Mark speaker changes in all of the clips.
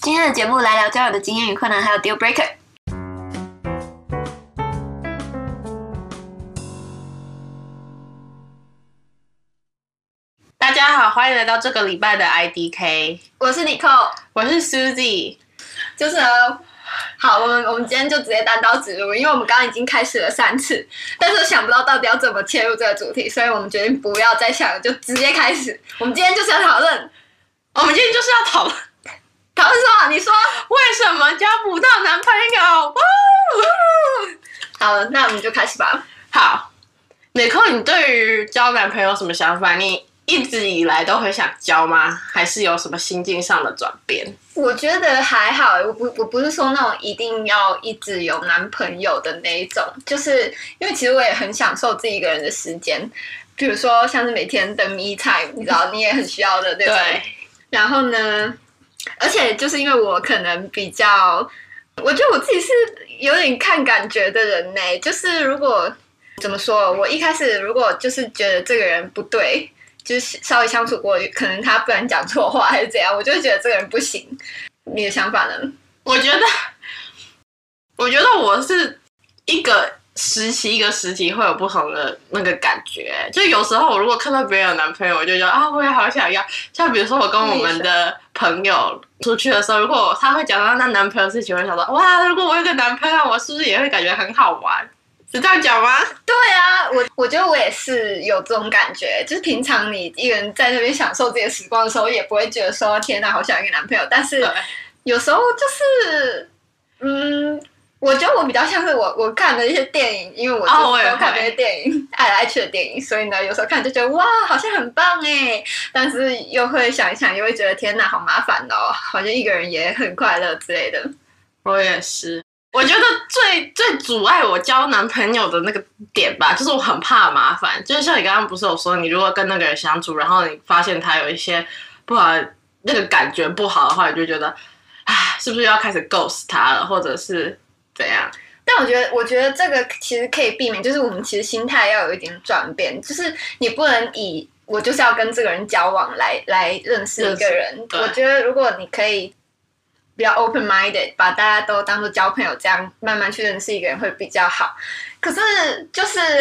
Speaker 1: 今天的节目来聊交友的经验与困难，还有 deal breaker。
Speaker 2: 大家好，欢迎来到这个礼拜的 IDK，
Speaker 1: 我是 Nicole，
Speaker 2: 我是 Suzy。
Speaker 1: 就是呢，好，我们我们今天就直接单刀直入，因为我们刚刚已经开始了三次，但是想不到到底要怎么切入这个主题，所以我们决定不要再想了，就直接开始。我们今天就是要讨论，
Speaker 2: 我们今天就是要讨论
Speaker 1: 讨论什么？你说。
Speaker 2: 为什么交不到男朋友。哇
Speaker 1: 好，那我们就开始吧。
Speaker 2: 好，美蔻，你对于交男朋友有什么想法？你一直以来都很想交吗？还是有什么心境上的转变？
Speaker 1: 我觉得还好，欸我不我不是说那种一定要一直有男朋友的那一种，就是因为其实我也很享受自己一个人的时间，比如说像是每天的 me time，你知道你也很需要的那种。
Speaker 2: 对，
Speaker 1: 然后呢，而且就是因为我可能比较，我觉得我自己是有点看感觉的人呢、就是如果怎么说，我一开始如果就是觉得这个人不对。就是稍微相处过，可能他不然讲错话还是怎样，我就会觉得这个人不行。你的想法呢？
Speaker 2: 我觉得，我觉得我是一个时期一个时期会有不同的那个感觉。就有时候我如果看到别人有男朋友，我就觉得啊，我也好想要。像比如说我跟我们的朋友出去的时候，如果他会讲到那男朋友的事情，我会想说哇，如果我有个男朋友，我是不是也会感觉很好玩？是这样讲吗？
Speaker 1: 对啊，我我觉得我也是有这种感觉，就是平常你一个人在那边享受自己的时光的时候，也不会觉得说天哪，好想有一个男朋友。但是
Speaker 2: 对
Speaker 1: 有时候就是，嗯，我觉得我比较像是我我看的一些电影，因为我
Speaker 2: 哦
Speaker 1: 就
Speaker 2: 我也
Speaker 1: 是都看
Speaker 2: 会
Speaker 1: 那些电影， 爱来爱去的电影，所以呢，有时候看就觉得哇，好像很棒哎，但是又会想一想，又会觉得天哪，好麻烦哦，好像一个人也很快乐之类的。
Speaker 2: 我也是。我觉得最最阻碍我交男朋友的那个点吧，就是我很怕麻烦。就是像你刚刚不是有说，你如果跟那个人相处，然后你发现他有一些不好的那个感觉不好的话，你就觉得，唉，是不是要开始 ghost 他了，或者是怎样？
Speaker 1: 但我觉得，我觉得这个其实可以避免，就是我们其实心态要有一点转变，就是你不能以我就是要跟这个人交往来来认识一个人。
Speaker 2: 对
Speaker 1: 我觉得如果你可以比较 open minded，把大家都当做交朋友，这样慢慢去认识一个人会比较好。可是就是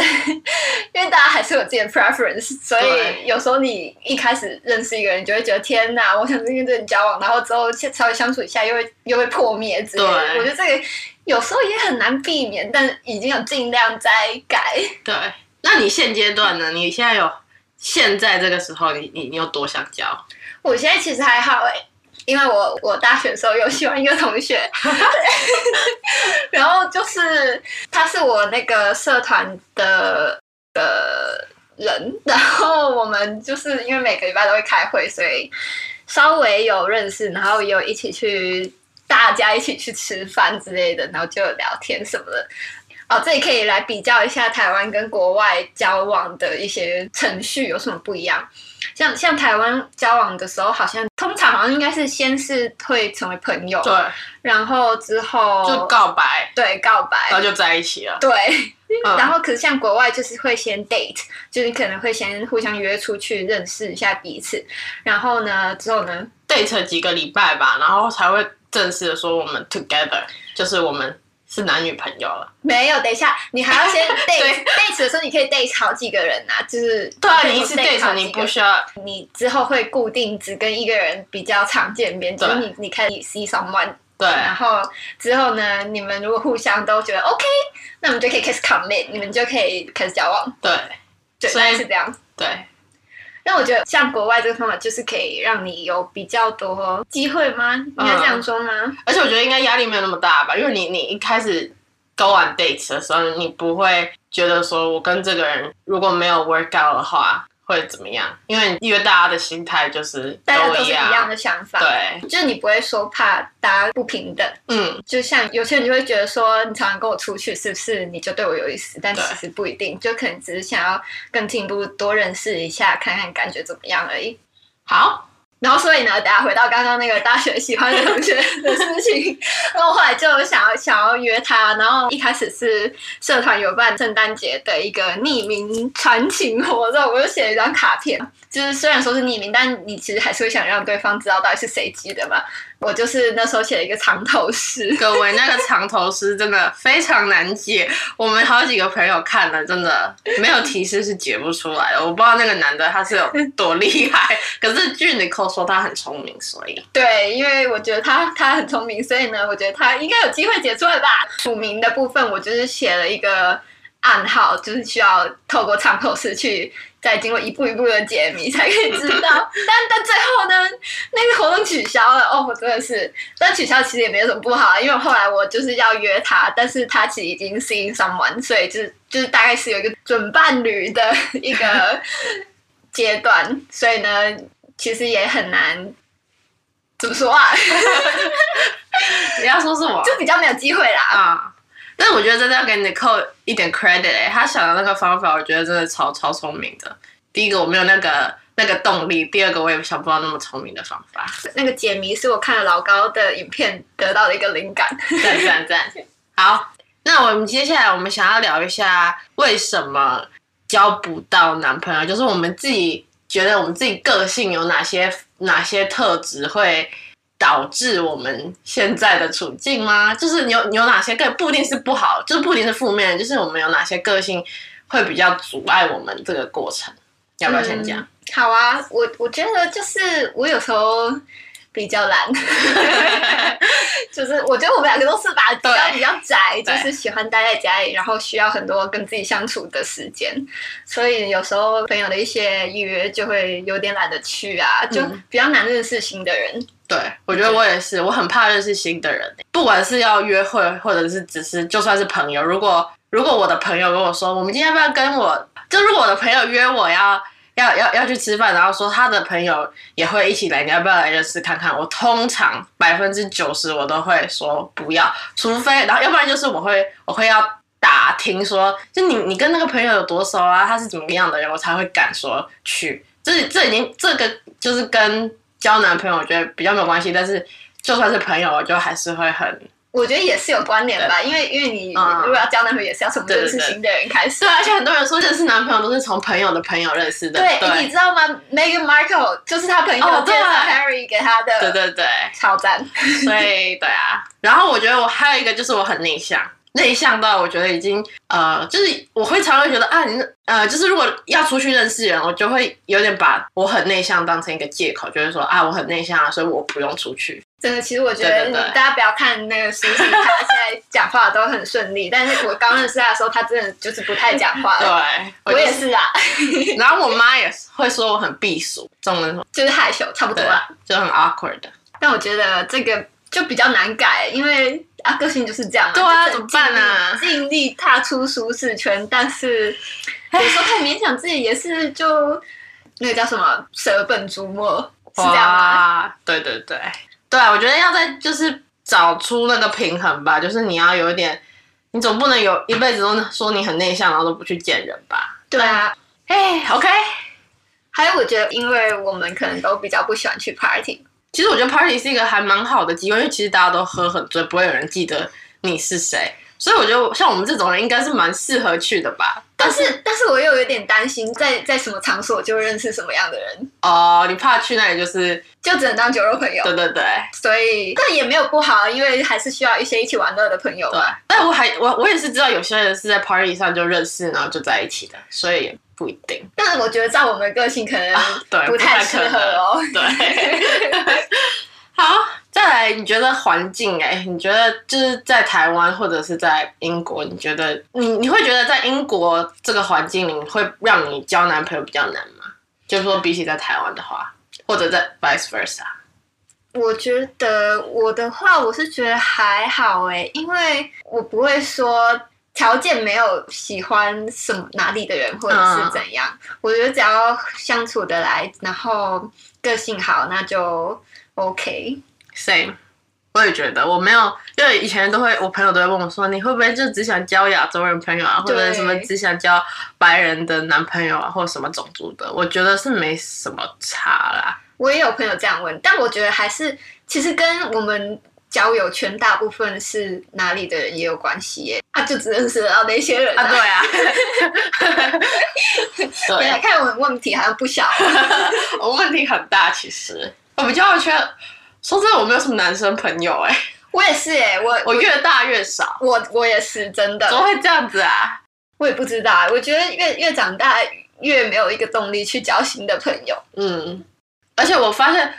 Speaker 1: 因为大家还是有自己的 preference，所
Speaker 2: 对
Speaker 1: 以有时候你一开始认识一个人，你就会觉得天哪，我想跟这个人交往，然后之后稍微相处一下，又会又会破灭之类的。
Speaker 2: 对
Speaker 1: 我觉得这个有时候也很难避免，但已经有尽量在改。
Speaker 2: 对，那你现阶段呢？你现在有现在这个时候你，你你有多想交？
Speaker 1: 我现在其实还好哎、因为我我大学的时候有喜欢一个同学，然后就是他是我那个社团的的人，然后我们就是因为每个礼拜都会开会，所以稍微有认识，然后也有一起去大家一起去吃饭之类的，然后就有聊天什么的。哦，这里可以来比较一下台湾跟国外交往的一些程序有什么不一样。像像台湾交往的时候，好像通常好像应该是先是会成为朋友，
Speaker 2: 对，
Speaker 1: 然后之后
Speaker 2: 就告白，
Speaker 1: 对告白，
Speaker 2: 然后就在一起了。
Speaker 1: 对，
Speaker 2: 嗯
Speaker 1: 然后可是像国外就是会先 date，就是可能会先互相约出去认识一下彼此，然后呢之后呢，
Speaker 2: date 几个礼拜吧，然后才会正式的说我们 together，就是我们是男女朋友了。
Speaker 1: 没有，等一下你还要 先 date
Speaker 2: 对
Speaker 1: date 的时候，你可以 date 好几个人啊，就是
Speaker 2: 对啊，
Speaker 1: 可以
Speaker 2: 你一次
Speaker 1: date 好
Speaker 2: date
Speaker 1: 几
Speaker 2: 你
Speaker 1: 个
Speaker 2: 不需要，
Speaker 1: 你之后会固定只跟一个人比较常见面，就是
Speaker 2: 对
Speaker 1: 你你可以 see someone，
Speaker 2: 对
Speaker 1: 然后之后呢，你们如果互相都觉得 OK，那我们就可以开始 commit，你们就可以开始交往，
Speaker 2: 对
Speaker 1: 对，
Speaker 2: 所以
Speaker 1: 大概是这样。
Speaker 2: 对，
Speaker 1: 那我觉得像国外这个方法，就是可以让你有比较多机会吗？应该这样
Speaker 2: 嗯
Speaker 1: 说吗？
Speaker 2: 而且我觉得应该压力没有那么大吧，因为你你一开始 go on dates 的时候，你不会觉得说我跟这个人如果没有 work out 的话会怎么样，因为因为大家的心态就是
Speaker 1: 大家都
Speaker 2: 一
Speaker 1: 是一样
Speaker 2: 样，
Speaker 1: 的想法，
Speaker 2: 对，
Speaker 1: 就是你不会说怕大家不平等。
Speaker 2: 嗯，
Speaker 1: 就像有些人就会觉得说，你常常跟我出去，是不是你就对我有意思？但
Speaker 2: 对
Speaker 1: 其实不一定，就可能只是想要更进一步多认识一下，看看感觉怎么样而已。
Speaker 2: 好，
Speaker 1: 然后，所以呢，等下回到刚刚那个大学喜欢的同学的事情，然后我后来就想要想要约他，然后一开始是社团有办圣诞节的一个匿名传情活动，我就写了一张卡片，就是虽然说是匿名，但你其实还是会想让对方知道到底是谁寄的嘛。我就是那时候写了一个藏头诗，
Speaker 2: 各位，那个藏头诗真的非常难解，我们好几个朋友看了，真的没有提示是解不出来的。我不知道那个男的他是有多厉害，可是据你口说他很聪明，所以
Speaker 1: 对，因为我觉得他他很聪明，所以呢，我觉得他应该有机会解出来吧。署名的部分，我就是写了一个暗号，就是需要透过藏头诗去再经过一步一步的解谜才可以知道。但但最后呢，那个活动取消了，哦，我真的是，但取消其实也没有什么不好啊，因为后来我就是要约他，但是他其实已经 seeing someone，所以就是就是大概是有一个准伴侣的一个阶段，所以呢，其实也很难。怎么说啊？
Speaker 2: 你要说什么
Speaker 1: 就比较没有机会啦。
Speaker 2: 啊？但我觉得真的要给你扣一点 credit，、欸、他想的那个方法，我觉得真的超超聪明的。第一个我没有那个那个动力，第二个我也想不到那么聪明的方法。
Speaker 1: 那个解谜是我看了老高的影片得到的一个灵感。
Speaker 2: 赞赞赞！好，那我们接下来我们想要聊一下为什么交不到男朋友，就是我们自己觉得我们自己个性有哪些哪些特质会导致我们现在的处境吗？就是你有你有哪些个不一定是不好，就是不一定是负面，就是我们有哪些个性会比较阻碍我们这个过程？要不要先讲？
Speaker 1: 嗯好啊，我我觉得就是我有时候比较懒， 就是我觉得我们两个都是吧，比较
Speaker 2: 对
Speaker 1: 比较宅，就
Speaker 2: 对
Speaker 1: 是喜欢待在家里，然后需要很多跟自己相处的时间，所以有时候朋友的一些约就会有点懒得去啊，就
Speaker 2: 嗯
Speaker 1: 比较难认识新的人。
Speaker 2: 对，我觉得我也是，我很怕认识新的人，不管是要约会，或者是只是就算是朋友，如果如果我的朋友跟我说，我们今天要不要跟我，就如果我的朋友约我要要要要去吃饭，然后说他的朋友也会一起来，你要不要来认识看看？我通常百分之九十我都会说不要，除非然后要不然就是我会我会要。打听说，就你你跟那个朋友有多熟啊？他是怎么样的人，我才会敢说去。这这已经这个就是跟交男朋友，我觉得比较没有关系。但是就算是朋友，我就还是会很
Speaker 1: 我觉得也是有关联吧，因为因为你
Speaker 2: 嗯
Speaker 1: 如果要交男朋友，也是要从
Speaker 2: 对
Speaker 1: 认
Speaker 2: 对
Speaker 1: 识
Speaker 2: 对
Speaker 1: 新的人开始。
Speaker 2: 对。啊而且很多人说认识男朋友都是从朋友的朋友认识的，
Speaker 1: 对，你
Speaker 2: 对
Speaker 1: 知道吗？Meghan Markle 就是他朋友
Speaker 2: 哦
Speaker 1: 介
Speaker 2: 对
Speaker 1: 绍 Harry 给他的，
Speaker 2: 对对对。
Speaker 1: 超赞。
Speaker 2: 所以对啊，然后我觉得我还有一个就是我很内向，内向到我觉得已经呃，就是我会常常觉得啊，你呃，就是如果要出去认识人，我就会有点把我很内向当成一个借口，就是说啊，我很内向啊，所以我不用出去。
Speaker 1: 真的，其实我觉得
Speaker 2: 对对
Speaker 1: 你
Speaker 2: 对
Speaker 1: 大家不要看那个苏西，他现在讲话都很顺利， 但是我刚认识他的时候，他真的就是不太讲话
Speaker 2: 对
Speaker 1: 了。，我
Speaker 2: 我就
Speaker 1: 也是啊，
Speaker 2: 然后我妈也会说我很避暑，中文说
Speaker 1: 就是害羞，差不多
Speaker 2: 对
Speaker 1: 啦。，
Speaker 2: 就很 awkward 的。
Speaker 1: 但我觉得这个就比较难改，因为啊，个性就是这样嘛。
Speaker 2: 对啊
Speaker 1: 就是
Speaker 2: 怎么办啊
Speaker 1: 尽力尽力踏出舒适圈，但是有时候太勉强自己也是就那个叫什么舍本逐末，是这样吗？
Speaker 2: 哇，对对对，对啊，我觉得要在就是找出那个平衡吧，就是你要有一点，你总不能有一辈子都说你很内向，然后都不去见人吧？
Speaker 1: 对啊，
Speaker 2: 哎，OK，
Speaker 1: 还有我觉得，因为我们可能都比较不喜欢去 party，
Speaker 2: 其实我觉得 party 是一个还蛮好的机会，因为其实大家都喝很醉，不会有人记得你是谁，所以我觉得像我们这种人应该是蛮适合去的吧。
Speaker 1: 但是
Speaker 2: 嗯
Speaker 1: 但是我又有点担心在，在什么场所就认识什么样的人，
Speaker 2: 哦，你怕去那里就是，
Speaker 1: 就只能当酒肉朋友。
Speaker 2: 对对对。
Speaker 1: 所以但也没有不好，啊因为还是需要一些一起玩乐的朋友啊
Speaker 2: 对
Speaker 1: 嘛。，
Speaker 2: 但我还我我也是知道有些人是在 party 上就认识，然后就在一起的，所以也不一定。
Speaker 1: 但是我觉得照我们个性可能
Speaker 2: 对，
Speaker 1: 不
Speaker 2: 不
Speaker 1: 太
Speaker 2: 可
Speaker 1: 适合
Speaker 2: 能
Speaker 1: 哦。
Speaker 2: 对，好，再来，你觉得环境、哎，你觉得就是在台湾或者是在英国，你觉得你你会觉得在英国这个环境里会让你交男朋友比较难吗？就是说，比起在台湾的话，或者在 vice versa，
Speaker 1: 我觉得我的话，我是觉得还好诶，因为我不会说条件没有喜欢什么哪里的人或者
Speaker 2: 嗯
Speaker 1: 是怎样。我觉得只要相处得来，然后个性好，那就 OK。
Speaker 2: same。我也觉得，我没有，因为以前都会，我朋友都会问我说，你会不会就只想交亚洲人朋友啊，或者
Speaker 1: 对
Speaker 2: 什么只想交白人的男朋友啊，或者什么种族的？我觉得是没什么差啦。
Speaker 1: 我也有朋友这样问，但我觉得还是其实跟我们交友圈大部分是哪里的人也有关系耶。啊，就只认识到那些人
Speaker 2: 啊，对啊，
Speaker 1: 原来
Speaker 2: 对，啊
Speaker 1: 看我们问题好像不小。
Speaker 2: 我问题很大，其实我们交友圈，说真的，我没有什么男生朋友哎、
Speaker 1: 我也是哎、我
Speaker 2: 我越大越少，
Speaker 1: 我我也是真的
Speaker 2: 怎，么会这样子啊？
Speaker 1: 我也不知道，啊我觉得越越长大越没有一个动力去交新的朋友。
Speaker 2: 嗯，而且我发现，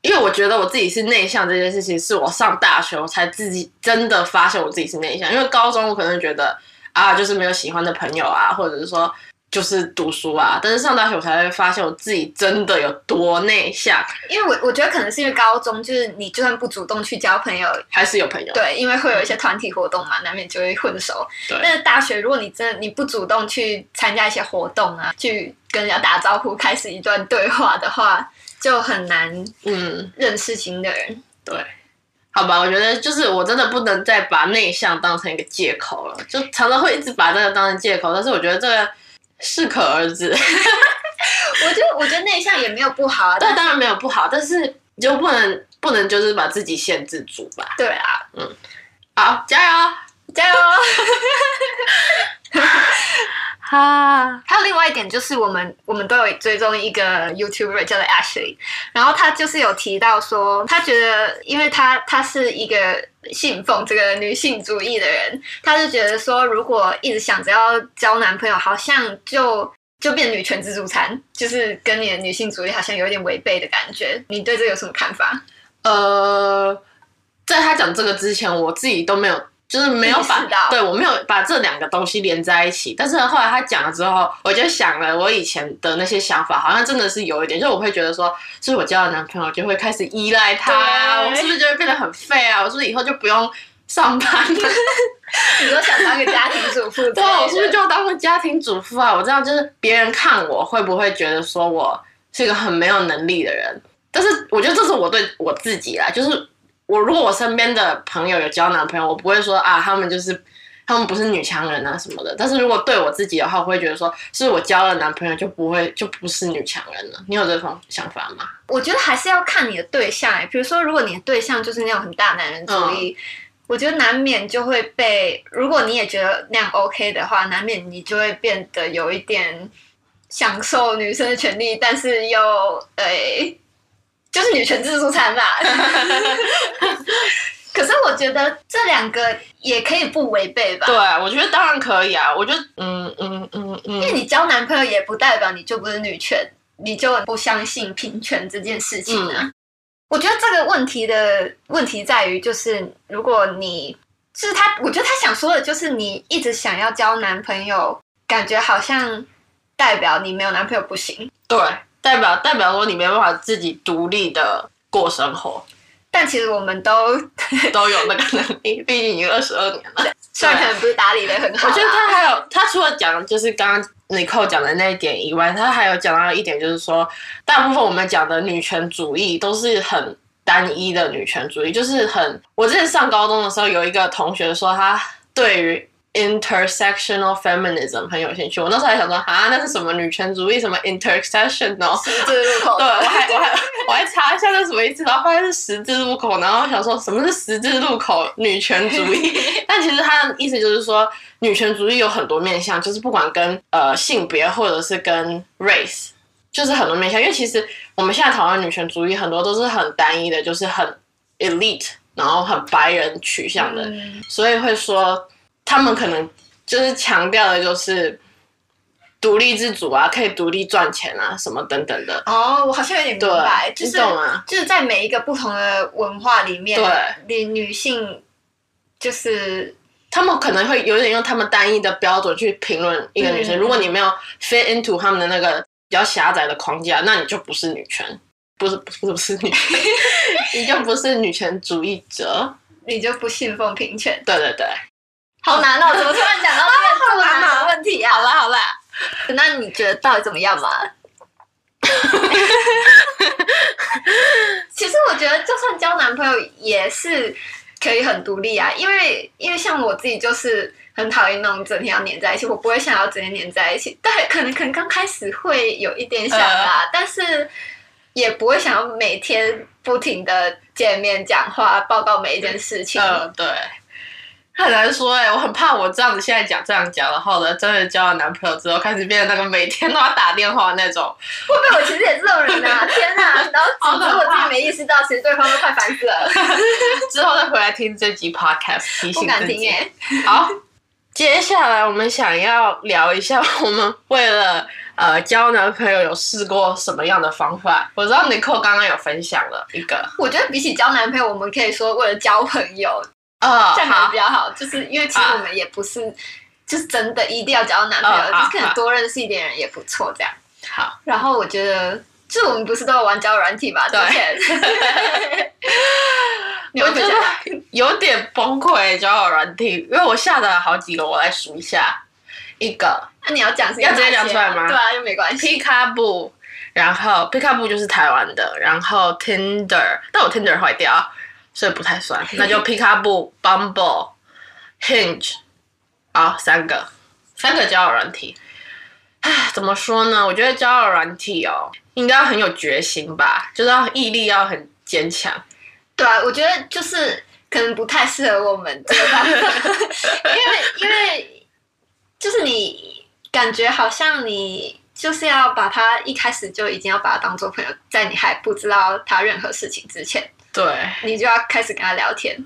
Speaker 2: 因为我觉得我自己是内向这件事情，是我上大学我才自己真的发现我自己是内向。因为高中我可能觉得啊，就是没有喜欢的朋友啊，或者是说就是读书啊，但是上大学我才会发现我自己真的有多内向，
Speaker 1: 因为我我觉得可能是因为高中，就是你就算不主动去交朋友，
Speaker 2: 还是有朋友。
Speaker 1: 对，因为会有一些团体活动嘛，难免就会混熟。
Speaker 2: 对
Speaker 1: 但是大学如果你真的你不主动去参加一些活动啊，去跟人家打招呼，开始一段对话的话，就很难
Speaker 2: 嗯，
Speaker 1: 认识新的人。
Speaker 2: 对。好吧，我觉得就是我真的不能再把内向当成一个借口了，就常常会一直把这个当成借口，但是我觉得这个适可而止。
Speaker 1: 我觉得我觉得内向也没有不好啊，
Speaker 2: 对，
Speaker 1: 但
Speaker 2: 当然没有不好，但是你就不能不能就是把自己限制住吧。
Speaker 1: 对啊，
Speaker 2: 好，加油！
Speaker 1: 加油！
Speaker 2: 哈，
Speaker 1: 还有另外一点就是，我们我们都有追踪一个 YouTuber 叫做 Ashley，然后他就是有提到说，他觉得，因为他他是一个信奉这个女性主义的人，他就觉得说，如果一直想着要交男朋友，好像就就变女权自助餐，就是跟你的女性主义好像有点违背的感觉。你对这个有什么看法？
Speaker 2: 呃，在他讲这个之前，我自己都没有，就是没有
Speaker 1: 意
Speaker 2: 把
Speaker 1: 识到
Speaker 2: 对我没有把这两个东西连在一起。但是后来他讲了之后，我就想了，我以前的那些想法好像真的是有一点，就我会觉得说，是不是我交了男朋友就会开始依赖他啊，
Speaker 1: 对
Speaker 2: 我是不是就会变得很废啊？我是不是以后就不用上班了？
Speaker 1: 你说想当一个家庭主妇之类的，
Speaker 2: 对啊，我是不是就要当个家庭主妇啊？我这样就是别人看我会不会觉得说我是一个很没有能力的人？但是我觉得这是我对我自己啦，就是我如果我身边的朋友有交男朋友，我不会说啊，他们就是他们不是女强人啊什么的。但是如果对我自己的话，我会觉得说，是我交了男朋友就不会就不是女强人了。你有这种想法吗？
Speaker 1: 我觉得还是要看你的对象哎、比如说，如果你的对象就是那种很大男人主义，我觉得难免就会被，如果你也觉得那样 OK 的话，难免你就会变得有一点享受女生的权利，但是又诶、哎就是女权自助餐啦。可是我觉得这两个也可以不违背吧
Speaker 2: 对，，我觉得当然可以啊。我觉得，嗯嗯嗯
Speaker 1: 因为
Speaker 2: 嗯
Speaker 1: 你交男朋友也不代表你就不是女权，你就不相信平权这件事情
Speaker 2: 嗯
Speaker 1: 啊。我觉得这个问题的问题在于，就是如果你就是他，我觉得他想说的就是你一直想要交男朋友，感觉好像代表你没有男朋友不行，
Speaker 2: 对，代表代表说你没办法自己独立的过生活。
Speaker 1: 但其实我们都
Speaker 2: 都有那个能力， 毕竟已经二十二年了。
Speaker 1: 虽然可能不是打理的很好
Speaker 2: 我
Speaker 1: 啦，
Speaker 2: 觉得他还有，他除了讲就是刚刚尼寇讲的那一点以外，他还有讲到一点，就是说，大部分我们讲的女权主义都是很单一的女权主义，就是很。我之前上高中的时候，有一个同学说他对于 intersectional feminism 很有兴趣，我那时候还想说，啊，那是什么女权主义？什么哦 intersectional？
Speaker 1: 十字路口
Speaker 2: 对，我还我还 我还查一下那什么意思，然后发现是十字路口，然后想说什么是十字路口女权主义，但其实它的意思就是说女权主义有很多面向，就是不管跟呃性别或者是跟 race，就是很多面向。因为其实我们现在讨论女权主义，很多都是很单一的，就是很 elite，然后很白人取向的，
Speaker 1: 嗯
Speaker 2: 所以会说他们可能就是强调的就是。独立自主啊，可以独立赚钱啊，什么等等的。
Speaker 1: 哦，我好像有点明白，
Speaker 2: 对
Speaker 1: 就
Speaker 2: 你
Speaker 1: 是
Speaker 2: 懂吗
Speaker 1: 就是在每一个不同的文化里面，
Speaker 2: 对
Speaker 1: 你女性就是
Speaker 2: 他们可能会有点用他们单一的标准去评论一个女生。
Speaker 1: 嗯
Speaker 2: 如果你没有 fit into 他们的那个比较狭窄的框架，那你就不是女权，不是不是不是 女权，你就不是女权主义者。
Speaker 1: 你就不信奉平权，
Speaker 2: 对对对，
Speaker 1: 好难哦！怎么突然讲到 这个
Speaker 2: 好难
Speaker 1: 这
Speaker 2: 哦
Speaker 1: 么的问题啊？
Speaker 2: 好啦好啦，
Speaker 1: 那你觉得到底怎么样嘛？ 其实我觉得，就算交男朋友也是可以很独立啊，因为因为像我自己就是很讨厌那种整天要黏在一起，我不会想要整天黏在一起，但可能可能刚开始会有一点想啦，但是也不会想要每天不停的见面讲话，报告每一件事情。
Speaker 2: 呃对，很难说哎、我很怕我这样子现在讲这样讲，然后呢，真的交了男朋友之后，开始变成那个每天都要打电话那种，
Speaker 1: 会不会我其实也是这种人 啊？天哪！然后只是我自己没意识到，其实对方都快烦死 了，
Speaker 2: 之后再回来听这集 podcast 提
Speaker 1: 不
Speaker 2: 醒
Speaker 1: 敢
Speaker 2: 自
Speaker 1: 听
Speaker 2: 己。
Speaker 1: 耶。
Speaker 2: 好，接下来我们想要聊一下，我们为了呃交男朋友有试过什么样的方法？我知道 Nicole 刚刚有分享了一个，
Speaker 1: 我觉得比起交男朋友，我们可以说为了交朋 友，
Speaker 2: 呃，
Speaker 1: 这样可能
Speaker 2: 好
Speaker 1: 比，较好，就是因为其实
Speaker 2: 啊
Speaker 1: 我们也不是、就是真的一定要交男朋友，
Speaker 2: 嗯啊
Speaker 1: 就是可能多认识一点人也不错这样。
Speaker 2: 好，
Speaker 1: 然后我觉得，就是我们不是都有玩交友软体嘛？之
Speaker 2: 对
Speaker 1: 前， 你
Speaker 2: 我
Speaker 1: 们
Speaker 2: 觉
Speaker 1: 觉得
Speaker 2: 得有点崩溃交友软体，因为我下载了好几个，我来数一下，一个
Speaker 1: 那你要讲是
Speaker 2: 要
Speaker 1: 哪
Speaker 2: 直接讲
Speaker 1: 些
Speaker 2: 出来
Speaker 1: 啊
Speaker 2: 吗
Speaker 1: 对啊，又没关系。
Speaker 2: 皮卡布，然后皮卡布就是台湾的，然后 Tinder，但我 Tinder 坏掉，所以不太算。那就皮卡布、Bumble、Hinge，好，三个，三个交友软体。唉，怎么说呢？我觉得交友软体哦，应该要很有决心吧，就是要毅力要很坚强。
Speaker 1: 对啊，我觉得就是可能不太适合我们这个 方法，因为因为就是你感觉好像你就是要把他一开始就已经要把他当做朋友，在你还不知道他任何事情之前，
Speaker 2: 对，
Speaker 1: 你就要开始跟他聊天。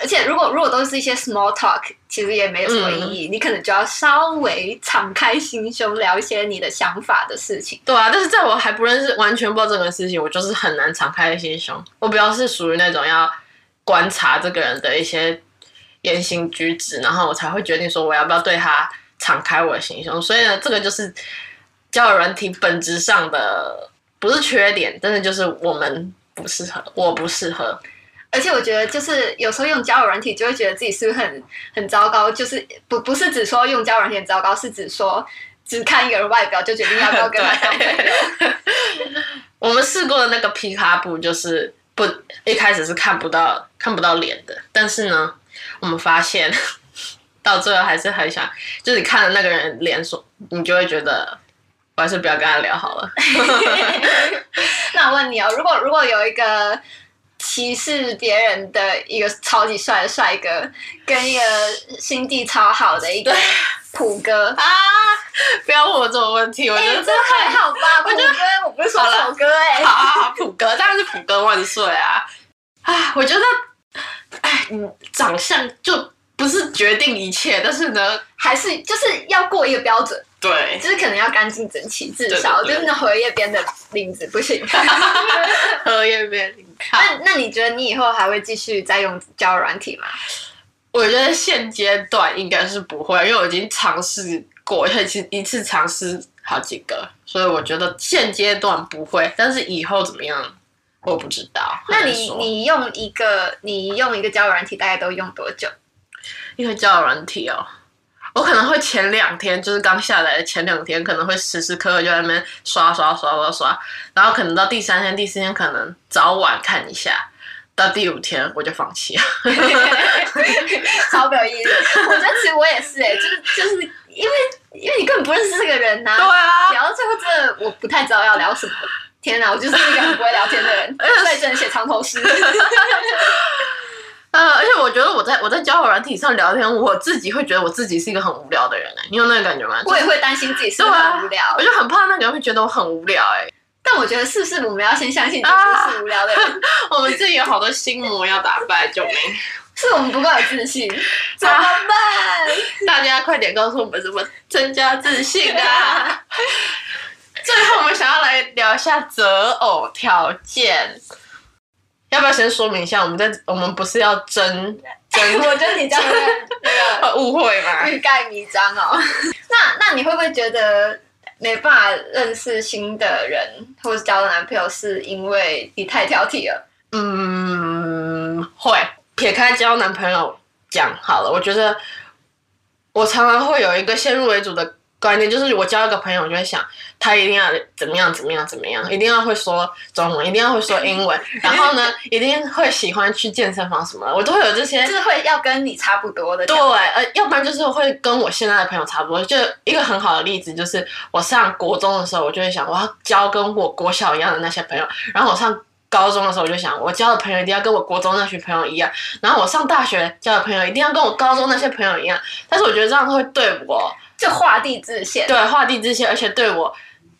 Speaker 1: 而且，如果如果都是一些 small talk，其实也没有什么意义。你可能就要稍微敞开心胸，聊一些你的想法的事情。
Speaker 2: 对啊，但是在我还不认识、完全不知道这个事情，我就是很难敞开心胸。我比较是属于那种要观察这个人的一些言行举止，然后我才会决定说我要不要对他敞开我的心胸。所以呢，这个就是交友软体本质上的不是缺点，但是就是我们不适合，我不适合。
Speaker 1: 而且我觉得，就是有时候用交友软体，就会觉得自己是不是很很糟糕？就是不不是只说用交友软体很糟糕，是指说只看一个人外表就决定要不要跟他 当朋友。
Speaker 2: 我们试过的那个皮卡布就是不一开始是看不到看不到脸的，但是呢，我们发现 到最后还是很想，就是你看了那个人脸所，你就会觉得我还是不要跟他聊好了。
Speaker 1: 那我问你哦，如果如果有一个歧视别人的一个超级帅的帅哥，跟一个心地超好的一个普哥，
Speaker 2: 啊！不要问我这种问 题，我
Speaker 1: 哎、
Speaker 2: 觉得
Speaker 1: 这还好吧？普哥，我不是说丑哥哎、
Speaker 2: 好好好，普哥当然是普哥万岁啊！啊，我觉得，哎，你长相就不是决定一切，但是呢，
Speaker 1: 还是就是要过一个标准，
Speaker 2: 对，
Speaker 1: 就是可能要干净整齐，至少
Speaker 2: 对对对
Speaker 1: 就是那荷叶边的领子不行。
Speaker 2: 荷叶边。好
Speaker 1: 那那你觉得你以后还会继续再用交友软体吗？
Speaker 2: 我觉得现阶段应该是不会，因为我已经尝试过，而且其实一次尝试好几个，所以我觉得现阶段不会。但是以后怎么样，我不知道。
Speaker 1: 那
Speaker 2: 很难
Speaker 1: 你
Speaker 2: 说
Speaker 1: 你用一个你用一个交友软体大概都用多 久？
Speaker 2: 一个交友软体哦，我可能会前两天就是刚下来的前两天，可能会时时刻刻就在那边刷刷刷刷刷，然后可能到第三天、第四天，可能早晚看一下，到第五天我就放弃了。
Speaker 1: 超没有意思。我觉得其实我也是哎、就是就是因为因为你根本不认识这个人呐、
Speaker 2: 啊
Speaker 1: 聊到最后真的我不太知道要聊什么。天哪，我就是一个很不会聊天的 人，
Speaker 2: 哎
Speaker 1: 所以只能写长头诗。
Speaker 2: 呃，而且我觉得我在我在交友软体上聊天，我自己会觉得我自己是一个很无聊的人、欸，你有那个感觉吗？
Speaker 1: 我也会担心自己是不是
Speaker 2: 啊
Speaker 1: 很无聊，
Speaker 2: 我就很怕那个人会觉得我很无聊、欸，哎，
Speaker 1: 但我觉得是不是我们要先相信自
Speaker 2: 啊
Speaker 1: 己是无聊的人，
Speaker 2: 我们自己有好多心魔要打败，救命！
Speaker 1: 是我们不够有自信，
Speaker 2: 啊
Speaker 1: 怎么办？
Speaker 2: 大家快点告诉我们怎么增加自信啊！最后，我们想要来聊一下择偶条件，要不要先说明一下？我们在我们不是要争争
Speaker 1: 我觉得你这样有点那个
Speaker 2: 误会 吗？
Speaker 1: 欲盖弥彰哦。 那那你会不会觉得没办法认识新的人，或是交到男朋友，是因为你太挑剔了？
Speaker 2: 嗯，会撇开交男朋友讲好了，我觉得我常常会有一个先入为主的观念，就是我交一个朋友，我就会想他一定要怎么样怎么样怎么样，一定要会说中文，一定要会说英文，然后呢，一定会喜欢去健身房什么的，我都会有这些
Speaker 1: 就。是会要跟你差不多的
Speaker 2: 对，呃，要不然就是会跟我现在的朋友差不多。就一个很好的例子，就是我上国中的时候，我就会想我要交跟我国小一样的那些朋友，然后我上高中的时候我就想，我交的朋友一定要跟我国中那群朋友一样，然后我上大学交的朋友一定要跟我高中那些朋友一样。但是我觉得这样会对我
Speaker 1: 就画地自限。
Speaker 2: 对画地自限，而且对我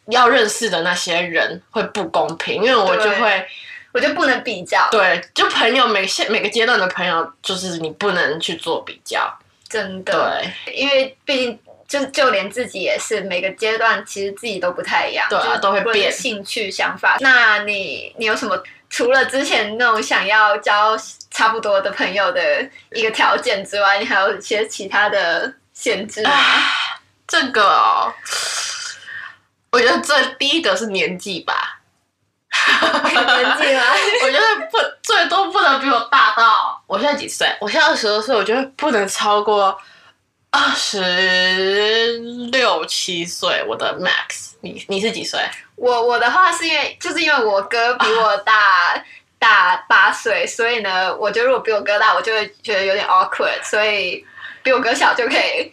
Speaker 2: 要认识的那些人会不公平，因为我就
Speaker 1: 对
Speaker 2: 会
Speaker 1: 我就不能比较，
Speaker 2: 对就朋友每现每个阶段的朋友，就是你不能去做比较。
Speaker 1: 真
Speaker 2: 对
Speaker 1: 的，因为毕竟。就就连自己也是，每个阶段其实自己都不太一样，
Speaker 2: 对啊
Speaker 1: 就是
Speaker 2: 都会
Speaker 1: 不论
Speaker 2: 变
Speaker 1: 兴趣、想法。那你你有什么除了之前那种想要交差不多的朋友的一个条件之外，你还有一些其他的限制吗？
Speaker 2: 啊 这个、哦，我觉得最第一个是年纪吧，
Speaker 1: 年纪吗？
Speaker 2: 我觉得不最多不能比我大到我现在几岁？我现在二十二岁，我觉得不能超过二十六七岁我的 max 你。你是几岁？
Speaker 1: 我我的话是因为就是因为我哥比
Speaker 2: 啊
Speaker 1: 我大、大八岁，所以呢，我觉得如果比我哥大，我就会觉得有点 awkward，所以比我哥小就可以。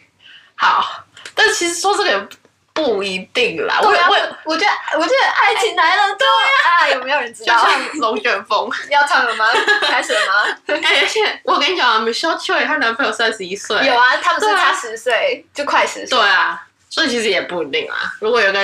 Speaker 2: 好，但其实说这个也不一定啦。我
Speaker 1: 对
Speaker 2: 也
Speaker 1: 啊
Speaker 2: 我也，
Speaker 1: 我觉得我觉得爱情来了，对啊，有没有人知
Speaker 2: 就
Speaker 1: 道？
Speaker 2: 像龙 卷风。
Speaker 1: 要唱了吗？开始了吗？
Speaker 2: 哎、而且我跟你讲啊，Michelle Choi 她男朋友三十一岁，
Speaker 1: 有啊，他们是
Speaker 2: 对啊
Speaker 1: 差十岁，就快十岁
Speaker 2: 对。啊，所以其实也不一定啊。如果有个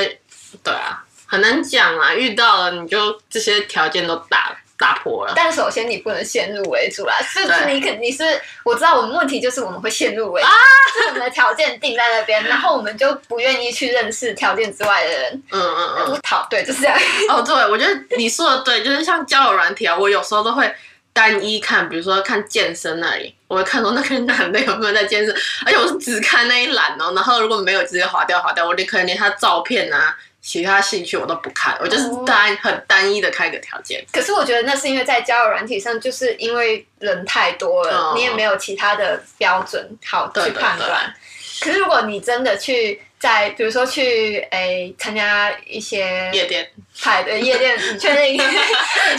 Speaker 2: 对啊，很难讲啊。遇到了你就这些条件都打打破了。
Speaker 1: 但首先你不能先入为主啦，是
Speaker 2: 对
Speaker 1: 你肯你是我知道我们问题就是我们会先入为主，就是我们的条件定在那 边，然后我们就不愿意去认识条件之外的人。
Speaker 2: 嗯嗯嗯。
Speaker 1: 我讨对，就是这样。
Speaker 2: 哦，对，我觉得你说的对，就是像交友软体啊，我有时候都会单一看，比如说看健身那里，我会看说那个男的有没有在健身，而且我是只看那一栏哦，然后如果没有直接划掉划掉，我连可能连他照片啊，其他兴趣我都不看，我就是
Speaker 1: 哦
Speaker 2: 单、很单一的看一个条件。
Speaker 1: 可是我觉得那是因为在交友软体上，就是因为人太多了，
Speaker 2: 哦
Speaker 1: 你也没有其他的标准好
Speaker 2: 对
Speaker 1: 去
Speaker 2: 对
Speaker 1: 判
Speaker 2: 对
Speaker 1: 断。可是如果你真的去在，比如说去诶参加一些
Speaker 2: 夜店，
Speaker 1: 派对夜店，你确定？你去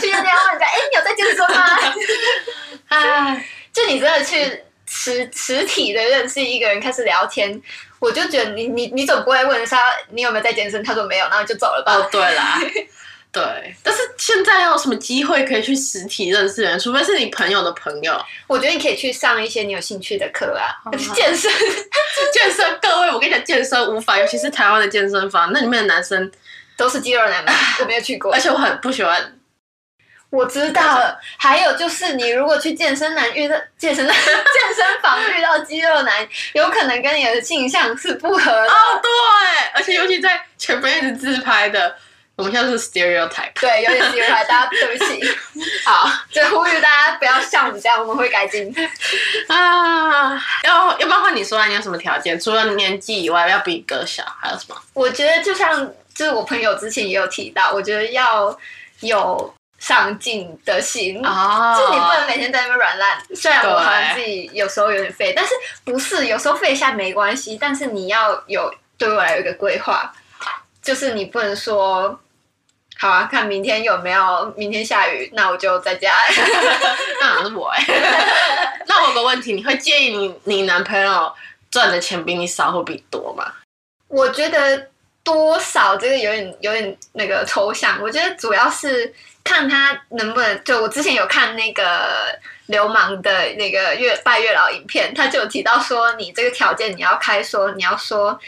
Speaker 1: 夜店问人家，哎、你有在健身吗？
Speaker 2: 哎，
Speaker 1: 就你真的去实实体的认识一个人，开始聊天，我就觉得你你你总不会问他你有没有在健身，他说没有，那就走了吧。
Speaker 2: 哦，对 啦。对，但是现在要有什么机会可以去实体认识人？除非是你朋友的朋友，
Speaker 1: 我觉得你可以去上一些你有兴趣的课啊
Speaker 2: 好，啊
Speaker 1: 健身。
Speaker 2: 健身，各位，我跟你讲，健身无法，尤其是台湾的健身房，那里面的男生
Speaker 1: 都是肌肉男吗？我没有去过
Speaker 2: 而。且我很不喜欢，
Speaker 1: 我知道了。还有就是，你如果去健身男遇到健身男健身房遇到肌肉男，有可能跟你的性向是不合的。
Speaker 2: 哦，对，而且尤其在前面一直自拍的，我们现在是 stereotype。
Speaker 1: 对，有点奇怪，大家对不起，
Speaker 2: 好
Speaker 1: 就呼吁大家不要像我们这样，我们会改进。
Speaker 2: 啊，要要不要换你说啊？你有什么条件？除了年纪以外，要比哥小，还有什么？
Speaker 1: 我觉得就像就是我朋友之前也有提到，我觉得要有上进的心。
Speaker 2: 哦
Speaker 1: 就你不能每天在那边软烂，虽然我
Speaker 2: 对
Speaker 1: 好像自己有时候有点废，但是不是有时候废一下没关系，但是你要有对未来有一个规划，就是你不能说，好啊，看明天有没有明天下雨，那我就在家。
Speaker 2: 那好像是我哎、那我有个问题，你会介意你你男朋友赚的钱比你少或比多吗？
Speaker 1: 我觉得多少这个有点有点那个抽象，我觉得主要是看他能不能。就我之前有看那个流氓的那个月拜月老影片，他就有提到说，你这个条件你要开说，你要说，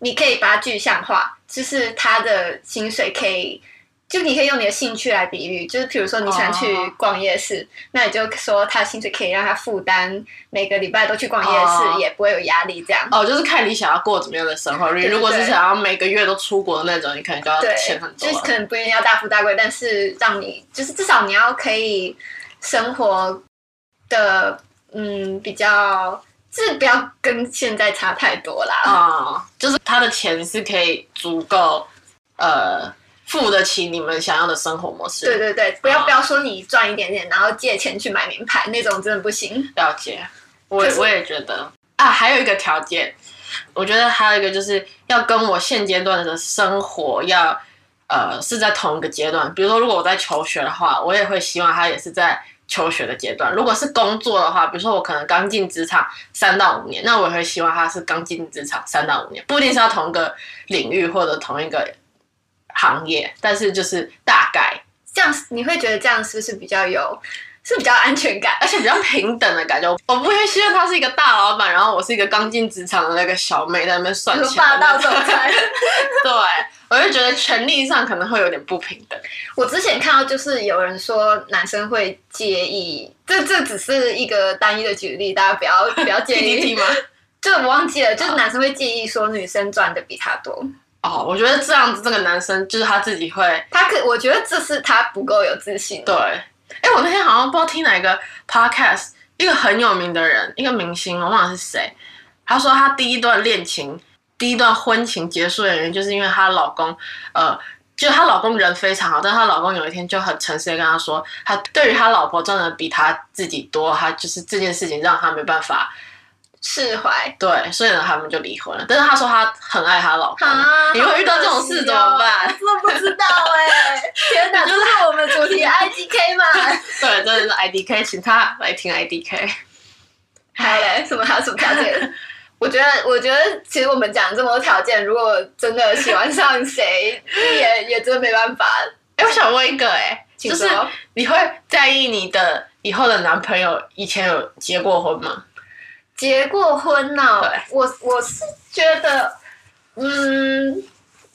Speaker 1: 你可以把它具象化，就是他的薪水可以。就你可以用你的兴趣来比喻，就是比如说你喜欢去
Speaker 2: 哦
Speaker 1: 逛夜市那你就说他的薪水可以让他负担每个礼拜都去逛夜市
Speaker 2: 哦
Speaker 1: 也不会有压力这样。
Speaker 2: 哦，就是看你想要过怎么样的生活。
Speaker 1: 对
Speaker 2: 如果是想要每个月都出国的那种，你可能就要
Speaker 1: 对
Speaker 2: 钱很，多
Speaker 1: 就
Speaker 2: 啊了。
Speaker 1: 是可能不一定要大富大贵，但是让你就是至少你要可以生活的嗯比较，就是不要跟现在差太多啦。
Speaker 2: 啊、就是他的钱是可以足够呃付得起你们想要的生活模式。
Speaker 1: 对，对对，不要、
Speaker 2: 哦
Speaker 1: 不要说你赚一点点，然后借钱去买名牌那种真的不行。
Speaker 2: 了解。我也
Speaker 1: 可是
Speaker 2: 我也觉得啊，还有一个条件，我觉得还有一个就是要跟我现阶段的生活要呃是在同一个阶段。比如说，如果我在求学的话，我也会希望他也是在。求学的阶段，如果是工作的话，比如说我可能刚进职场三到五年，那我也会希望他是刚进职场三到五年，不一定是要同一个领域或者同一个行业，但是就是大概
Speaker 1: 这样你会觉得这样是不是比较有，是比较安全感？
Speaker 2: 而且比较平等的感觉。我不会希望他是一个大老板，然后我是一个刚进职场的那个小妹在那边算
Speaker 1: 比如
Speaker 2: 钱。
Speaker 1: 霸道总 裁。
Speaker 2: 对，我就觉得权力上可能会有点不平等。
Speaker 1: 我之前看到就是有人说男生会介意，这这只是一个单一的举例，大家不要不要 介
Speaker 2: PPT
Speaker 1: 意。
Speaker 2: 吗？
Speaker 1: 就我忘记了，就是男生会介意说女生赚的比他多，
Speaker 2: 哦，我觉得这样子，这个男生就是他自己会
Speaker 1: 他可我觉得这是他不够有自信。
Speaker 2: 对。哎、我那天好像不知道听哪一个 podcast，一个很有名的人，一个明星，我忘了是谁，他说他第一段恋情、第一段婚情结束的原因，就是因为她老公，呃。就她老公人非常好，但她老公有一天就很诚实的跟她说，他对于他老婆赚的比他自己多，他就是这件事情让他没办法，
Speaker 1: 释怀。
Speaker 2: 对，所以呢他们就离婚了。但是她说她很爱她老公，
Speaker 1: 啊
Speaker 2: 你会遇到这种事怎
Speaker 1: 哦
Speaker 2: 么办？
Speaker 1: 这不知道哎、 天哪，这是我们主题啊 IGK 嘛？
Speaker 2: 对，真的是 IDK，请他来听 IDK。
Speaker 1: 还有嘞，什么还有什么条件？我觉得，我觉得其实我们讲这么多条件，如果真的喜欢上谁， 也也真的没办法。
Speaker 2: 哎、我想问一个、哎，
Speaker 1: 请
Speaker 2: 就是
Speaker 1: 说
Speaker 2: 你会在意你的以后的男朋友以前有结过婚吗？
Speaker 1: 结过婚呢、
Speaker 2: 对
Speaker 1: 我我是觉得，嗯，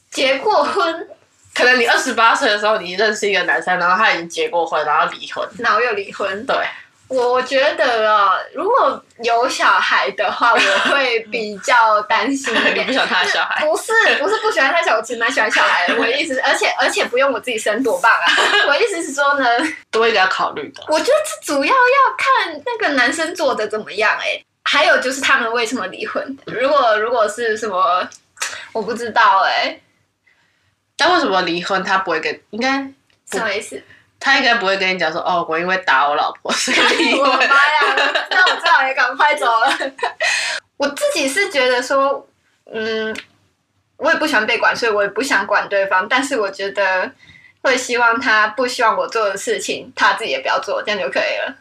Speaker 1: 结过婚，
Speaker 2: 可能你二十八岁的时候，你认识一个男生，然后他已经结过婚，然后离婚。
Speaker 1: 然后又离婚。
Speaker 2: 对，
Speaker 1: 我我觉得啊，如果有小孩的话，我会比较担心一
Speaker 2: 你
Speaker 1: 点
Speaker 2: 不。想他的小孩，
Speaker 1: 不是不是不喜欢太小，我其实蛮喜欢小孩的。我的意思是，而且而且不用我自己生多棒啊！我的意思是说呢，
Speaker 2: 多一个要考虑的。
Speaker 1: 我觉得这主要要看那个男生做的怎么样哎、还有就是他们为什么离婚。如果如果是什么，我不知道哎、
Speaker 2: 但为什么离婚他不会跟？应该
Speaker 1: 什么意思？
Speaker 2: 他应该不会跟你讲说，哦，我因为打我老婆所以 离
Speaker 1: 我的妈
Speaker 2: 婚。
Speaker 1: 呀！那我最好也赶快走了。我自己是觉得说，嗯，我也不喜欢被管，所以我也不想管对方。但是我觉得会希望他不希望我做的事情，他自己也不要做，这样就可以了。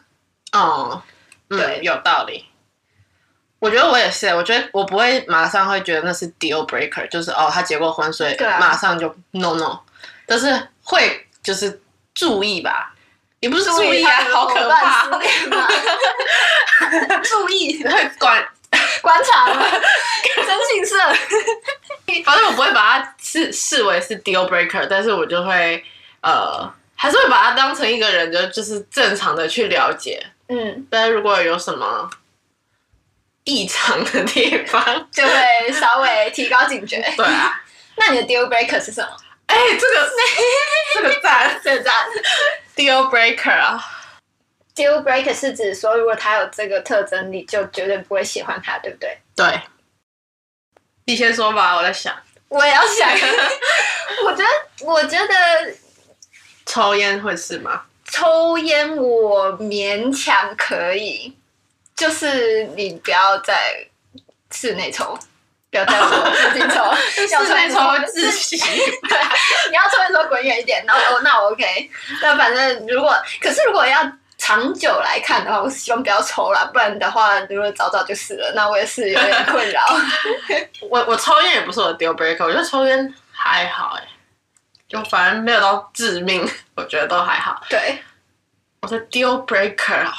Speaker 2: 哦，
Speaker 1: 对
Speaker 2: 嗯，有道理。我觉得我也是，我觉得我不会马上会觉得那是 deal breaker，就是哦，他结过婚，所以
Speaker 1: 对啊
Speaker 2: 马上就 no no，但是会就是注意吧，也不是注意啊，好可怕，
Speaker 1: 注意他的伙伴失 恋吧注意
Speaker 2: 会管，
Speaker 1: 观察， 真性色。
Speaker 2: 反正我不会把它视视为是 deal breaker，但是我就会呃，还是会把它当成一个人就就是正常的去了解，
Speaker 1: 嗯，，
Speaker 2: 但是如果有什么异常的地方
Speaker 1: 就会稍微提高警觉。
Speaker 2: 对啊。
Speaker 1: 那你的 deal breaker 是什么？
Speaker 2: 哎、这个 这个赞
Speaker 1: 这张。
Speaker 2: deal breaker 啊，
Speaker 1: deal breaker 是指说，如果他有这个特征，你就绝对不会喜欢他，对不对？
Speaker 2: 对，你先说吧，我在想，
Speaker 1: 我也要 想，我觉得，我觉得
Speaker 2: 抽烟会是吗？
Speaker 1: 抽烟我勉强可以，就是你不要在室内抽，不要在我附 近抽，要
Speaker 2: 室内抽会
Speaker 1: 自
Speaker 2: 窒息，
Speaker 1: 你要抽的时候滚远一点，然后哦，那我 OK。那反正如果，可是如果要长久来看的话，我是希望不要抽啦，不然的话，如果早早就死了，那我也是有点困 扰。
Speaker 2: 我我抽烟也不是我的 deal breaker，我觉得抽烟还好哎、就反正没有到致命， 我觉得都还好。
Speaker 1: 对，
Speaker 2: 我的 deal breaker 啊，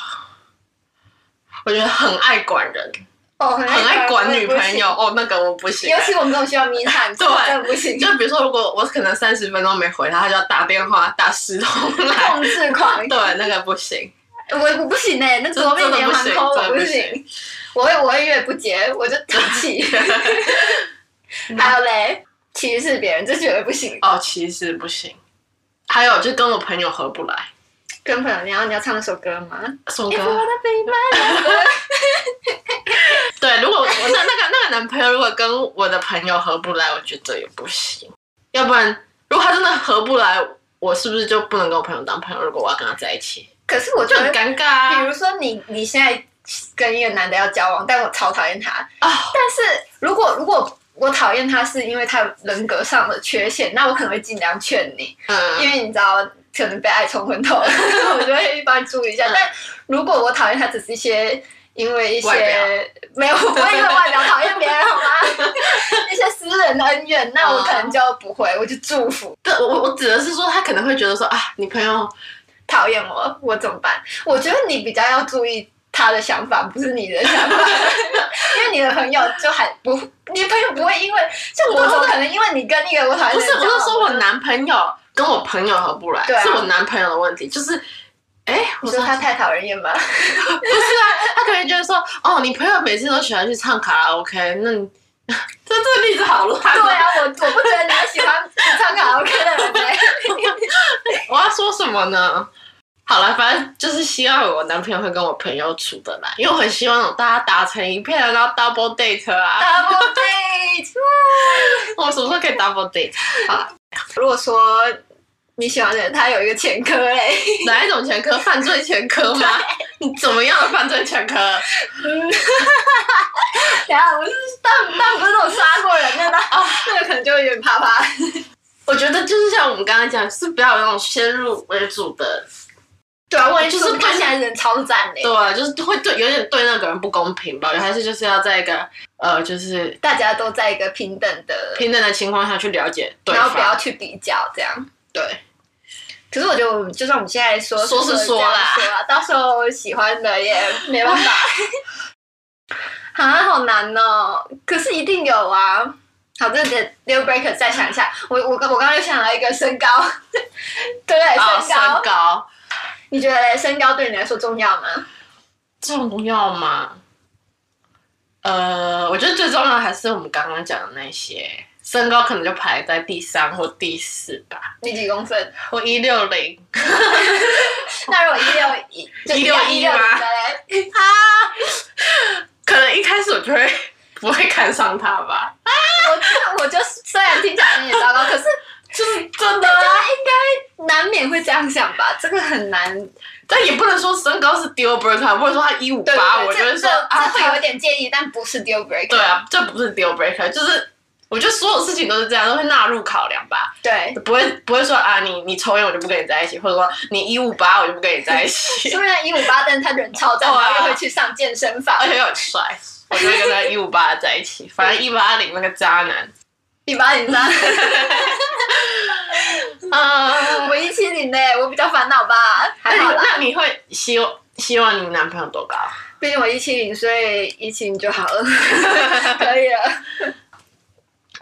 Speaker 2: 我觉得很爱管人，
Speaker 1: 哦，很
Speaker 2: 很爱管女朋友
Speaker 1: 我
Speaker 2: 哦，那个我不
Speaker 1: 也不行，
Speaker 2: 行
Speaker 1: 尤。其我们这种需要密探，
Speaker 2: 对
Speaker 1: 真的不行，
Speaker 2: 就比如说，如果我可能三十分钟没回他，他就要打电话打十通来，
Speaker 1: 控制狂。
Speaker 2: 对，那个不行。
Speaker 1: 我我不行哎、那夺命连环
Speaker 2: 真的不行
Speaker 1: call 我
Speaker 2: 真的不
Speaker 1: 行，我会我会越不接我就赌 气。还有嘞，歧视别人这绝对不行。
Speaker 2: 哦，其实不行。还有就跟我朋友合不来，
Speaker 1: 跟朋友，你要你要唱那首歌吗？
Speaker 2: 什么
Speaker 1: 你我
Speaker 2: 歌？
Speaker 1: 的 baby。
Speaker 2: 对，如果我那那个那个男朋友如果跟我的朋友合不来，我觉得也不行。要不然，如果他真的合不来，我是不是就不能跟我朋友当朋友？如果我要跟他在一起，
Speaker 1: 可是我
Speaker 2: 就
Speaker 1: 觉
Speaker 2: 很
Speaker 1: 得，
Speaker 2: 尴尬
Speaker 1: 比
Speaker 2: 啊！
Speaker 1: 如说你你现在跟一个男的要交往，但我超讨厌他。
Speaker 2: 啊、
Speaker 1: 但是如果如果我讨厌他是因为他有人格上的缺陷，那我可能会尽量劝你，因
Speaker 2: 嗯，
Speaker 1: 为你知道
Speaker 2: 嗯
Speaker 1: 可能被爱冲昏头了，我就会帮你注意一下。但如果我讨厌他只是一些因为一
Speaker 2: 外
Speaker 1: 些没有，我不会因为外表讨厌别人好 吗？一些私人的恩怨，那我可
Speaker 2: 嗯
Speaker 1: 能就不会，我就祝福
Speaker 2: 对，我我我指的是说，他可能会觉得说啊，你朋友
Speaker 1: 讨厌我，我怎么办？我觉得你比较要注意他的想法，不是你的想法， 因为你的朋友就还不，你的朋友不会因为像我怎么可能因为你跟一个我讨厌
Speaker 2: 不
Speaker 1: 的人
Speaker 2: 是，
Speaker 1: 交
Speaker 2: 不
Speaker 1: 往
Speaker 2: 是说我男朋友跟我朋友合不来，
Speaker 1: 对啊
Speaker 2: 是我男朋友的问题，就是。哎、
Speaker 1: 你
Speaker 2: 我
Speaker 1: 说
Speaker 2: 说
Speaker 1: 他太讨人厌吗？
Speaker 2: 不是啊， 他可能觉得说，哦，你朋友每次都喜欢去唱卡拉 OK，那你 这这个例子好烂、
Speaker 1: 对啊，我我不觉得你会喜欢唱卡拉 OK 的人呢、
Speaker 2: 我要说什么呢？好了，反正就是希望我男朋友会跟我朋友处得来，因为我很希望大家打成一片，然后 double date 啊，
Speaker 1: Double date。
Speaker 2: 我什么时候可以 double date？
Speaker 1: 如果说你喜欢的人他有一个前科嘞，
Speaker 2: 哪一种前科？犯罪前科吗？你怎么样的犯罪前科？
Speaker 1: 等一下我是但但不是那种杀过人的，那那个可能就有点怕怕。
Speaker 2: 我觉得就是像我们刚刚讲，是不要有那种先入为主的，
Speaker 1: 对啊，我也
Speaker 2: 就是
Speaker 1: 说看起来人超赞嘞，
Speaker 2: 对，啊就是会对有点对那个人不公平吧。我觉得还是就是要在一个呃，就是
Speaker 1: 大家都在一个平等的，
Speaker 2: 平等的情况下去了解对
Speaker 1: 然后
Speaker 2: 方，
Speaker 1: 不要去比较这样。
Speaker 2: 对。
Speaker 1: 可是我觉得，我们就算我们现在说
Speaker 2: 说是说啦
Speaker 1: 这样说啊，到时候喜欢的也没办 法。啊，好难哦！可是一定有啊。好，这个 deal breaker 再想一下。我我刚我刚刚又想到一个身高， 对不对？
Speaker 2: 哦，
Speaker 1: 身高，
Speaker 2: 身高
Speaker 1: 你觉得嘞身高对你来说重要吗？
Speaker 2: 重要吗？呃，我觉得最重要的还是我们刚刚讲的那些，身高可能就排在第三或第四吧。
Speaker 1: 你几公分？
Speaker 2: 我一六零，
Speaker 1: 那如果一六一，就
Speaker 2: 161
Speaker 1: 一六
Speaker 2: 吗
Speaker 1: 嘞？啊
Speaker 2: 可能一开始我就会不会看上他吧，
Speaker 1: 我就我就虽然听起来有点糟糕，可是
Speaker 2: 就是真的
Speaker 1: 大家
Speaker 2: 啊。
Speaker 1: 应该难免会这样想吧？这个很难，
Speaker 2: 但也不能说身高是 deal breaker，不能说他一五
Speaker 1: 对
Speaker 2: 八，
Speaker 1: 对
Speaker 2: 我
Speaker 1: 对
Speaker 2: 就会
Speaker 1: 这
Speaker 2: 说
Speaker 1: 这
Speaker 2: 啊，
Speaker 1: 这会有
Speaker 2: 他
Speaker 1: 一点介意，但不是 deal breaker。
Speaker 2: 对啊，这不是 deal breaker，就是我觉得所有事情都是这样，都会纳入考量吧，
Speaker 1: 对，
Speaker 2: 不会不会说啊，你你抽烟我就不跟你在一起，或者说你一五八我就不跟你在一起
Speaker 1: 虽，然一五八，但他人超赞，
Speaker 2: 对啊
Speaker 1: 然后又会去上健身房
Speaker 2: 而。且又很帅，我就会跟那一五八在一起，反正一八零那个渣 男，
Speaker 1: 一八零 三，
Speaker 2: 啊、
Speaker 1: 我一七零嘞，我比较烦恼吧，
Speaker 2: 那
Speaker 1: 还
Speaker 2: 你
Speaker 1: 好啦，
Speaker 2: 那你会希望希望你男朋友多高？
Speaker 1: 毕竟我一七零，所以一七零就好 了，可以了。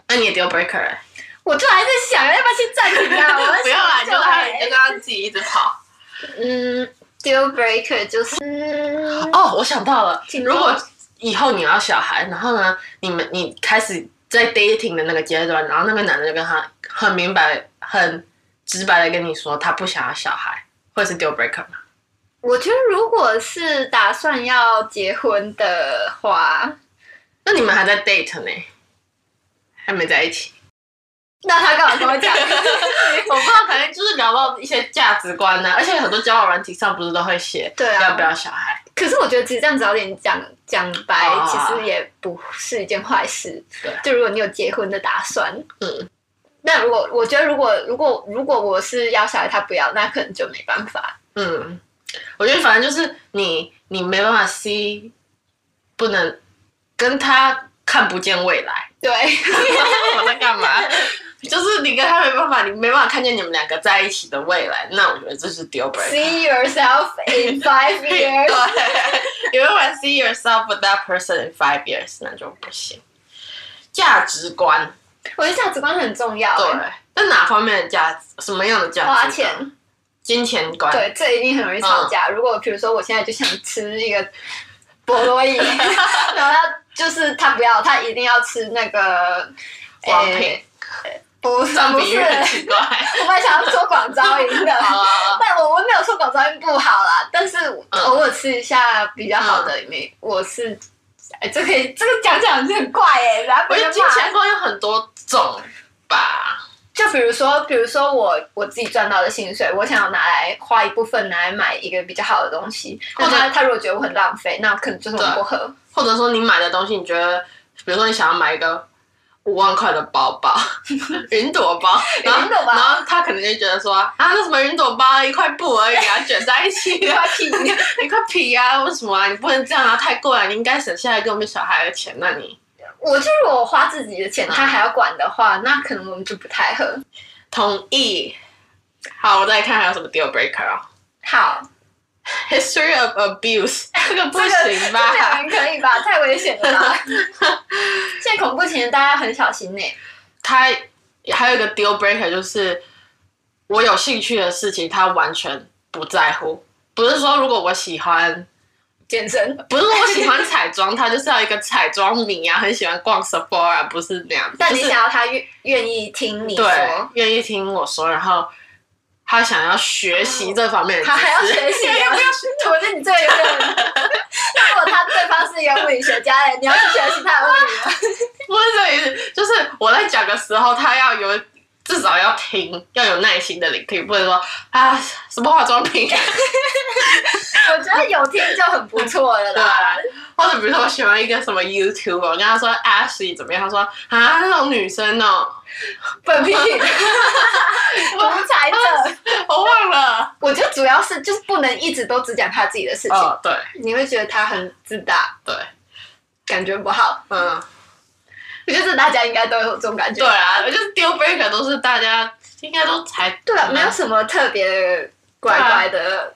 Speaker 2: 那你也 deal breaker 欸
Speaker 1: 我就还在想要不要去暂停 啊，我在
Speaker 2: 不要啦，
Speaker 1: 想很
Speaker 2: 就
Speaker 1: 久
Speaker 2: 他
Speaker 1: 欸
Speaker 2: 就跟他自己一直跑。
Speaker 1: 嗯，deal breaker 就是，嗯
Speaker 2: 哦，我想到了，
Speaker 1: 请说
Speaker 2: 如果以后你要小孩，然后呢，你们你开始在 dating 的那个阶段，然后那个男的就跟他很明白、很直白的跟你说他不想要小孩，会是 deal breaker 吗？
Speaker 1: 我觉得如果是打算要结婚的话，
Speaker 2: 那你们还在 date 呢，还没在一起。
Speaker 1: 那他干嘛跟我讲？
Speaker 2: 我不知道，反正就是聊到一些价值观啊呢、而且很多交友软体上不是都会写
Speaker 1: 对啊
Speaker 2: 要不要小孩？
Speaker 1: 可是我觉得其实这样早点讲讲白，
Speaker 2: 啊
Speaker 1: 其实也不是一件坏事。
Speaker 2: 对
Speaker 1: 就如果你有结婚的打算，
Speaker 2: 嗯，
Speaker 1: 那如果我觉得如果如果如果我是要小孩，他不要，那可能就没办法。
Speaker 2: 嗯，我觉得反正就是你你没办法 see，不能跟他看不见未来。
Speaker 1: 对，
Speaker 2: 我在干嘛？就是你跟他没办法，你没办法看见你们两个在一起的未来，那我觉得这是 deal breaker。
Speaker 1: See yourself in five
Speaker 2: 对
Speaker 1: years。，
Speaker 2: 有没有 see yourself with that person in five years？那就不行。价值观，
Speaker 1: 我觉得价值观很重要、
Speaker 2: 对
Speaker 1: 欸。，
Speaker 2: 那哪方面的价值？什么样的价值？嗯
Speaker 1: 花钱，，
Speaker 2: 金钱观。
Speaker 1: 对，这一定很容易吵架。如果比如说我现在就想吃一个菠萝 饮，然后他就是他不要，他一定要吃那个
Speaker 2: 王品
Speaker 1: 诶，哎不是
Speaker 2: 上
Speaker 1: 不
Speaker 2: 比
Speaker 1: 是哦
Speaker 2: 喻，很奇 怪。
Speaker 1: 我本来想要说广招营 的。
Speaker 2: 啊，
Speaker 1: 但我我没有说广招营不好啦，但是
Speaker 2: 嗯
Speaker 1: 偶尔吃一下比较好的，没、我是，哎、这可以这个讲讲是很怪哎、欸，然后
Speaker 2: 我
Speaker 1: 别
Speaker 2: 觉
Speaker 1: 人
Speaker 2: 得金
Speaker 1: 骂
Speaker 2: 钱观有很多种吧。
Speaker 1: 就比如说，比如说我我自己赚到的薪水，我想要拿来花一部分拿来买一个比较好的东西，
Speaker 2: 或
Speaker 1: 哦那
Speaker 2: 者
Speaker 1: 他他如果觉得我很 浪费，那可能就是我们不合。
Speaker 2: 或者说你买的东西，你觉得，比如说你想要买一个五万块的包包， 云 朵包，然后
Speaker 1: 云朵包
Speaker 2: 然后他可能就觉得说啊，那什么云朵包，一块布而已啊，卷在一起啊，
Speaker 1: 皮
Speaker 2: 一块皮啊，为什么啊？你不能这样啊，太贵了，你应该省下来给我们小孩的钱。那你
Speaker 1: 我就如果花自己的钱，
Speaker 2: 嗯
Speaker 1: 他还要管的话，那可能我们就不太合。
Speaker 2: 同意？好，我再看还有什么 deal breaker 啊
Speaker 1: 好，
Speaker 2: ？History of abuse，这个不
Speaker 1: 这个
Speaker 2: 行吧？
Speaker 1: 这两个人可以吧？太危险了 吧！现在恐怖情人大家很小心呢、
Speaker 2: 他还有一个 deal breaker 就是，我有兴趣的事情他完全不在乎。不是说如果我喜欢，
Speaker 1: 健身
Speaker 2: 不是说我喜欢彩妆，他就是要一个彩妆迷啊，很喜欢逛 Sephora，不是那样子。
Speaker 1: 但你
Speaker 2: 就是
Speaker 1: 想要他愿愿意听你
Speaker 2: 对
Speaker 1: 说，，
Speaker 2: 愿意听我说，然后他想要学习这方面的知识，
Speaker 1: 哦他还要学习啊！我觉得你这个有点……那如果他对方是一个物理学家嘞，你要去学习他的物理 吗？
Speaker 2: 不是这个意思，就是我在讲的时候，他要有至少要听，要有耐心的聆听，不能说啊什么化妆品，
Speaker 1: 我觉得有听就很不错了
Speaker 2: 对
Speaker 1: 啦。
Speaker 2: 啊，或者比如说我喜欢一个什么 YouTuber，我跟他说 Ashley 怎么样，他说啊那种女生哦，
Speaker 1: 本 品，独裁者。
Speaker 2: 我忘了，
Speaker 1: 我觉得主要是就是不能一直都只讲他自己的事情，
Speaker 2: 哦对
Speaker 1: 你会觉得他很自大，
Speaker 2: 对，
Speaker 1: 感觉不好。
Speaker 2: 嗯
Speaker 1: 我觉得大家应该都有这种感觉。
Speaker 2: 对啊，就是 deal breaker 都是大家应该都嗯才
Speaker 1: 对啊，没有什么特别怪怪的。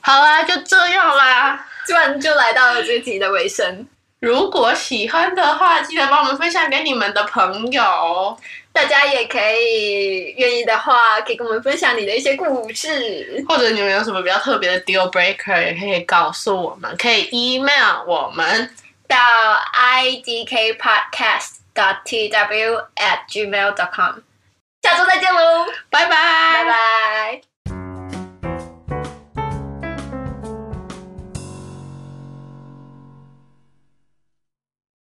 Speaker 2: 好啦，就这样啦。
Speaker 1: 突然就来到了这集的尾声，
Speaker 2: 如果喜欢的话，记得帮我们分享给你们的朋友。
Speaker 1: 大家也可以愿意的话，可以跟我们分享你的一些故事。
Speaker 2: 或者你们有什么比较特别的 deal breaker，也可以告诉我们，可以 email 我们。
Speaker 1: 到 idkpodcast dot tw at gmail dot com。下周再见喽，
Speaker 2: 拜拜，
Speaker 1: 拜拜。